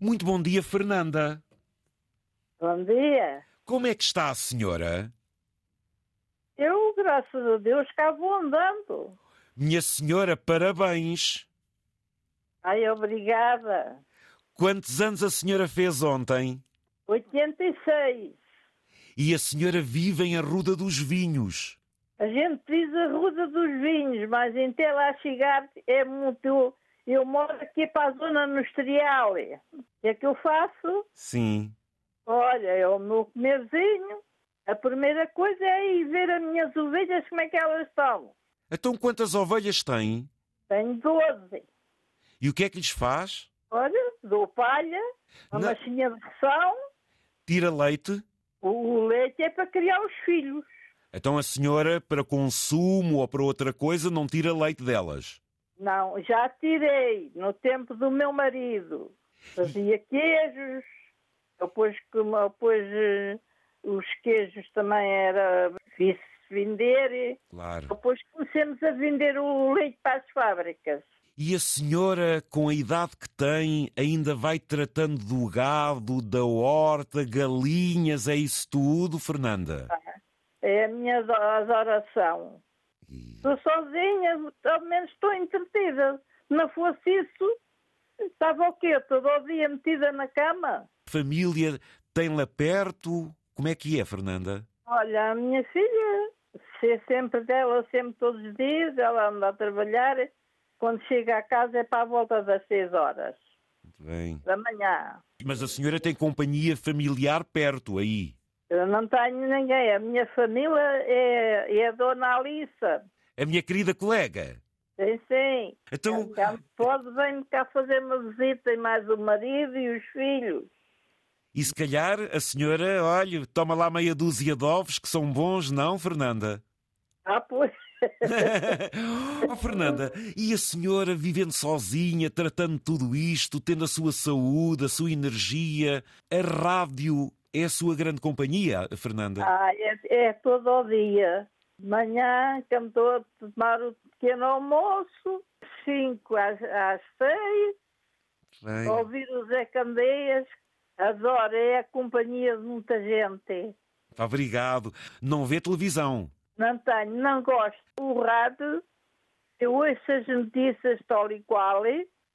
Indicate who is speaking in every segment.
Speaker 1: Muito bom dia, Fernanda.
Speaker 2: Bom dia.
Speaker 1: Como é que está a senhora?
Speaker 2: Eu, graças a Deus, cá vou andando.
Speaker 1: Minha senhora, parabéns.
Speaker 2: Ai, obrigada.
Speaker 1: Quantos anos a senhora fez ontem?
Speaker 2: 86.
Speaker 1: E a senhora vive em Arruda dos Vinhos.
Speaker 2: A gente diz a Ruda dos Vinhos, mas até lá chegar é muito. Eu moro aqui para a zona industrial. O que é que eu faço?
Speaker 1: Sim.
Speaker 2: Olha, é o meu comerzinho. A primeira coisa é ir ver as minhas ovelhas, como é que elas estão.
Speaker 1: Então quantas ovelhas tem?
Speaker 2: Tenho 12.
Speaker 1: E o que é que lhes faz?
Speaker 2: Olha, dou palha, uma
Speaker 1: Não.
Speaker 2: machinha de ração.
Speaker 1: Tira leite?
Speaker 2: O leite é para criar os filhos.
Speaker 1: Então a senhora, para consumo ou para outra coisa, não tira leite delas.
Speaker 2: Não, já tirei no tempo do meu marido. Fazia queijos, depois, como- depois eh, os queijos também era difícil de vender.
Speaker 1: Claro.
Speaker 2: Depois comecemos a vender o leite para as fábricas.
Speaker 1: E a senhora, com a idade que tem, ainda vai tratando do gado, da horta, galinhas, é isso tudo, Fernanda?
Speaker 2: É a minha do- adoração.
Speaker 1: E-
Speaker 2: Estou sozinha, ao menos estou entretida. Se não fosse isso, estava o quê? Todo o dia metida na cama?
Speaker 1: Família tem-la perto? Como é que é, Fernanda?
Speaker 2: Olha, a minha filha, se é sempre dela, sempre todos os dias, ela anda a trabalhar. Quando chega a casa é para a volta das 6 horas
Speaker 1: Muito bem.
Speaker 2: da manhã.
Speaker 1: Mas a senhora tem companhia familiar perto aí.
Speaker 2: Eu não tenho ninguém. A minha família é, é a dona Alissa.
Speaker 1: A minha querida colega.
Speaker 2: Sim, sim.
Speaker 1: Então,
Speaker 2: Ela pode vir cá fazer uma visita e mais o marido e os filhos.
Speaker 1: e se calhar a senhora, olha, toma lá meia dúzia de ovos que são bons, não, Fernanda?
Speaker 2: Ah, pois.
Speaker 1: oh, Fernanda, e a senhora vivendo sozinha, tratando tudo isto, tendo a sua saúde, a sua energia, a rádio é a sua grande companhia, Fernanda?
Speaker 2: Ah, é, é todo o dia. De manhã, que me estou a tomar o pequeno almoço, 5 às, às 6,
Speaker 1: Bem,
Speaker 2: ouvir o Zé Candeias. Adoro, é a companhia de muita gente.
Speaker 1: obrigado. Não vê televisão.
Speaker 2: Não tenho, não gosto. O rádio, eu ouço as notícias tal e qual,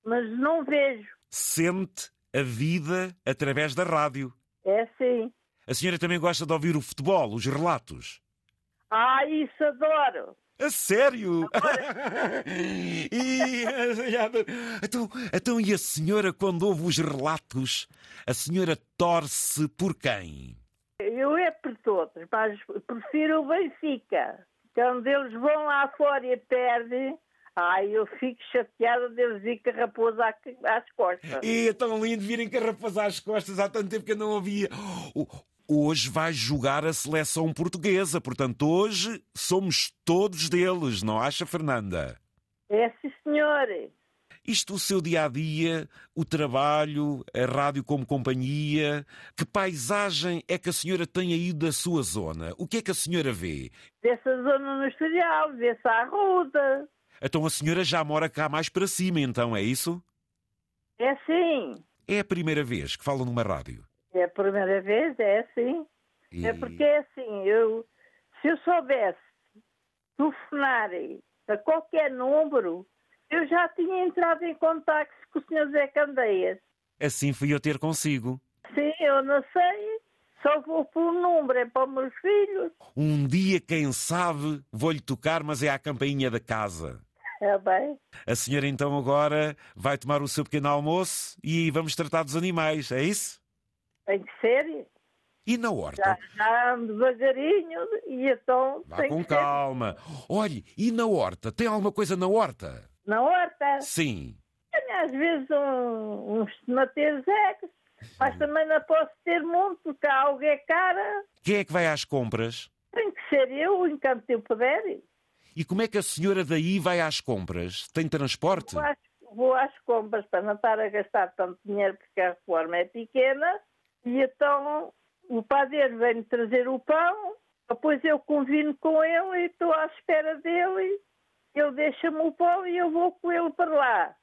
Speaker 2: mas não vejo.
Speaker 1: Sente a vida através da rádio.
Speaker 2: É assim.
Speaker 1: A senhora também gosta de ouvir o futebol, os relatos.
Speaker 2: Ah, isso adoro.
Speaker 1: A sério? e, então, então, e a senhora, quando ouve os relatos, a senhora torce por quem?
Speaker 2: Eu é por todos, mas prefiro o Benfica. Quando eles vão lá fora e perdem, ai, eu fico chateada de eles ir com a raposa à- às costas.
Speaker 1: E é tão lindo virem carrapaz às costas, há tanto tempo que eu não ouvia. O- Hoje vai jogar a seleção portuguesa, portanto, hoje somos todos deles, não acha, Fernanda?
Speaker 2: É sim, senhor.
Speaker 1: Isto, o seu dia a dia, o trabalho, a rádio como companhia, que paisagem é que a senhora tem aí da sua zona? O que é que a senhora vê?
Speaker 2: Vê-se a zona industrial, vê-se a ruda.
Speaker 1: Então a senhora já mora cá mais para cima, então, é isso?
Speaker 2: É assim.
Speaker 1: É a primeira vez que fala numa rádio.
Speaker 2: É a primeira vez, é assim.
Speaker 1: E-
Speaker 2: É porque é assim, eu, se eu soubesse telefonar a qualquer número, eu já tinha entrado em contato com o Sr. Zé Candeias.
Speaker 1: Assim fui eu ter consigo.
Speaker 2: Sim, eu não sei, só vou por um número, é para os meus filhos.
Speaker 1: Um dia, quem sabe, vou-lhe tocar, mas é à campainha da casa.
Speaker 2: É bem,
Speaker 1: A senhora então agora vai tomar o seu pequeno almoço e vamos tratar dos animais, é isso?
Speaker 2: tem que ser.
Speaker 1: E na horta?
Speaker 2: Já, já devagarinho e então
Speaker 1: Vá
Speaker 2: tem
Speaker 1: com
Speaker 2: que ser
Speaker 1: calma. Olhe, e na horta? Tem alguma coisa na horta?
Speaker 2: na horta.
Speaker 1: Sim.
Speaker 2: Tenho às vezes um, uns tomateiros secos, mas também não posso ter muito porque a algo é cara.
Speaker 1: Quem é que vai às compras?
Speaker 2: Tem que ser eu, enquanto eu puder.
Speaker 1: E como é que a senhora daí vai às compras? Tem transporte?
Speaker 2: Vou às, vou às compras para não estar a gastar tanto dinheiro porque a reforma é pequena. E então o padeiro vem-me trazer o pão, depois eu convino com ele e estou à espera dele. Ele deixa-me o pão e eu vou com ele para lá.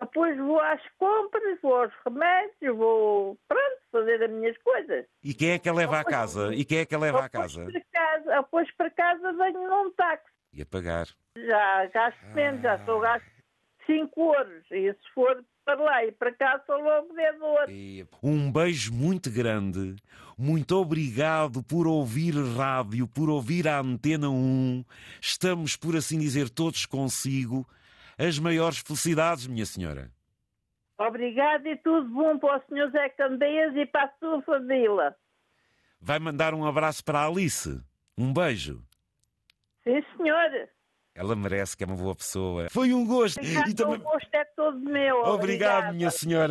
Speaker 2: Depois vou às compras, vou aos remédios, vou, pronto, fazer as minhas coisas.
Speaker 1: E quem é que a leva à casa? E quem é que a leva à
Speaker 2: Depois
Speaker 1: casa?
Speaker 2: para casa- Depois para casa venho num táxi.
Speaker 1: E a pagar.
Speaker 2: Tá, Já gasto menos, já estou
Speaker 1: Ah.
Speaker 2: gasto 5 horas. E se for para lá e para cá, sou logo 10 horas.
Speaker 1: E Um beijo muito grande. Muito obrigado por ouvir rádio, por ouvir a Antena 1. Estamos, por assim dizer, todos consigo. As maiores felicidades, minha senhora.
Speaker 2: Obrigada e tudo bom para o Sr. Zé Candeias e para a sua família.
Speaker 1: Vai mandar um abraço para a Alice. Um beijo.
Speaker 2: Sim, senhor.
Speaker 1: Ela merece que é uma boa pessoa. Foi um gosto.
Speaker 2: Obrigado,
Speaker 1: E também...
Speaker 2: O gosto é todo meu.
Speaker 1: Obrigado, minha
Speaker 2: Obrigada.
Speaker 1: senhora.